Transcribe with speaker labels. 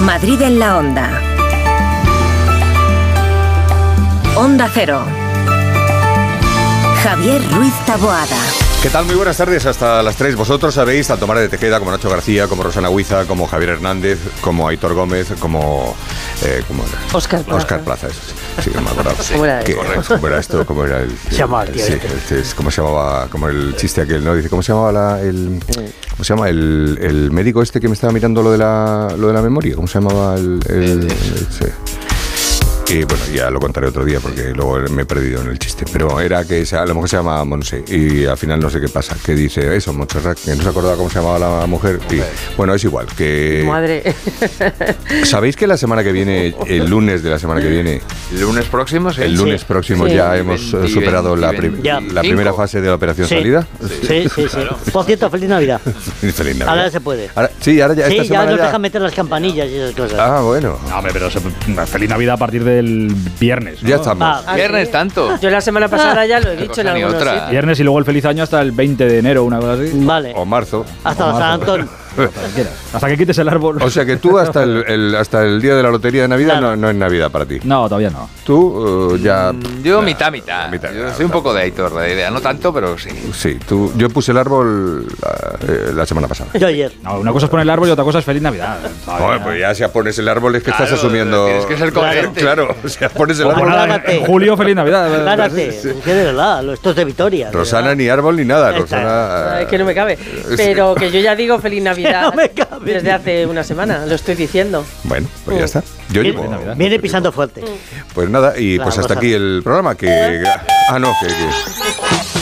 Speaker 1: Madrid en la onda. Onda Cero. Javier Ruiz Taboada.
Speaker 2: ¿Qué tal? Muy buenas tardes. Hasta las 3. Vosotros sabéis, tanto Mara de Tejeda como Nacho García, como Rosana Huiza, como Javier Hernández, como Aitor Gómez, como. eh, ¿cómo era?
Speaker 3: Óscar Plaza.
Speaker 2: Óscar Plaza, eso sí. Sí, que me acordaba.
Speaker 3: ¿Cómo era
Speaker 2: ¿Qué-
Speaker 3: eso?
Speaker 2: ¿Cómo era esto? ¿Cómo era el.
Speaker 3: Se llamaba el tío
Speaker 2: sí,
Speaker 3: este.
Speaker 2: este es como se llamaba, como el chiste aquel, ¿no? Dice, ¿cómo se llamaba la- el. ¿Cómo se llama? El, el médico este que me estaba mirando lo de la, lo de la memoria. ¿Cómo se llamaba el. el- sí. Y bueno, ya lo contaré otro día porque luego me he perdido en el chiste. Pero era que se- a lo mejor se llama Monse y al final no sé qué pasa. Que dice eso, Montserrat, que no se acordaba cómo se llamaba la mujer. Y, bueno, es igual. Que,
Speaker 3: Madre.
Speaker 2: ¿Sabéis que la semana que viene, el lunes de la semana que viene,
Speaker 4: ¿Lunes próximo? sí?
Speaker 2: el lunes
Speaker 4: Sí.
Speaker 2: próximo
Speaker 3: Sí.
Speaker 2: ya hemos eh,
Speaker 4: 20,
Speaker 2: superado la,
Speaker 4: 20,
Speaker 2: prim-
Speaker 5: Ya.
Speaker 2: la primera
Speaker 4: Cinco.
Speaker 2: fase de la operación
Speaker 5: Sí.
Speaker 2: salida?
Speaker 5: Sí, sí, sí. Por cierto, feliz Navidad.
Speaker 2: Feliz Navidad.
Speaker 5: Ahora se puede.
Speaker 2: Ahora- sí, ahora ya
Speaker 5: Sí,
Speaker 2: esta
Speaker 5: ya
Speaker 2: semana
Speaker 5: nos
Speaker 2: ya-
Speaker 5: dejan meter las campanillas y esas cosas.
Speaker 2: Ah, bueno.
Speaker 6: No, hombre, pero se- feliz Navidad a partir del viernes. ¿no?
Speaker 2: Ya estamos.
Speaker 5: Ah,
Speaker 4: Viernes tanto.
Speaker 3: Yo la semana pasada ya lo he dicho
Speaker 4: cosa
Speaker 3: en
Speaker 4: ni
Speaker 3: algunos
Speaker 4: otra.
Speaker 3: sitios.
Speaker 6: Viernes y luego el feliz año hasta el 20 de enero, una cosa así.
Speaker 5: Vale.
Speaker 2: O marzo.
Speaker 5: Hasta San Antón.
Speaker 6: Hasta que quites el árbol.
Speaker 2: O sea que tú hasta el, el- hasta el día de la lotería de Navidad
Speaker 5: Claro.
Speaker 2: no, no es Navidad para ti.
Speaker 6: No, todavía no.
Speaker 2: Tú eh, ya...
Speaker 5: Mm.
Speaker 4: Yo mitad, mitad.
Speaker 2: Mitad,
Speaker 4: Yo
Speaker 2: mitad,
Speaker 4: soy un
Speaker 2: mitad.
Speaker 4: poco de Aitor, de idea. No tanto, pero sí.
Speaker 2: Sí, tú, yo puse el árbol la, eh, la semana pasada.
Speaker 5: Yo ayer.
Speaker 6: No, una cosa es poner el árbol y otra cosa es feliz Navidad. Todavía.
Speaker 2: Joder, pues ya si pones el árbol es que estás
Speaker 4: Ah, Claro,
Speaker 2: asumiendo...
Speaker 4: tienes que ser coherente.
Speaker 2: Claro, si pones el
Speaker 6: Como
Speaker 2: árbol...
Speaker 6: nada, en-
Speaker 5: gánate.
Speaker 6: en julio, feliz
Speaker 2: pues,
Speaker 6: Navidad.
Speaker 5: Gánate. Que de verdad, lo- esto es de Vitoria. de
Speaker 2: Rosana
Speaker 5: verdad.
Speaker 2: ni árbol ni nada.
Speaker 5: Ahí está.
Speaker 2: Rosana...
Speaker 3: Ay, que no me
Speaker 5: Eh,
Speaker 3: cabe. Pero que yo ya digo feliz Navidad
Speaker 5: no me cabe.
Speaker 3: desde hace una semana, lo estoy diciendo.
Speaker 2: Bueno, pues ya está. Yo
Speaker 5: Viene-
Speaker 2: llevo...
Speaker 5: Viene
Speaker 4: Mm.
Speaker 5: pisando fuerte.
Speaker 2: Pues nada, y
Speaker 5: Claro,
Speaker 2: pues hasta
Speaker 5: Rosana.
Speaker 2: aquí el programa que... Ah, no, que... que-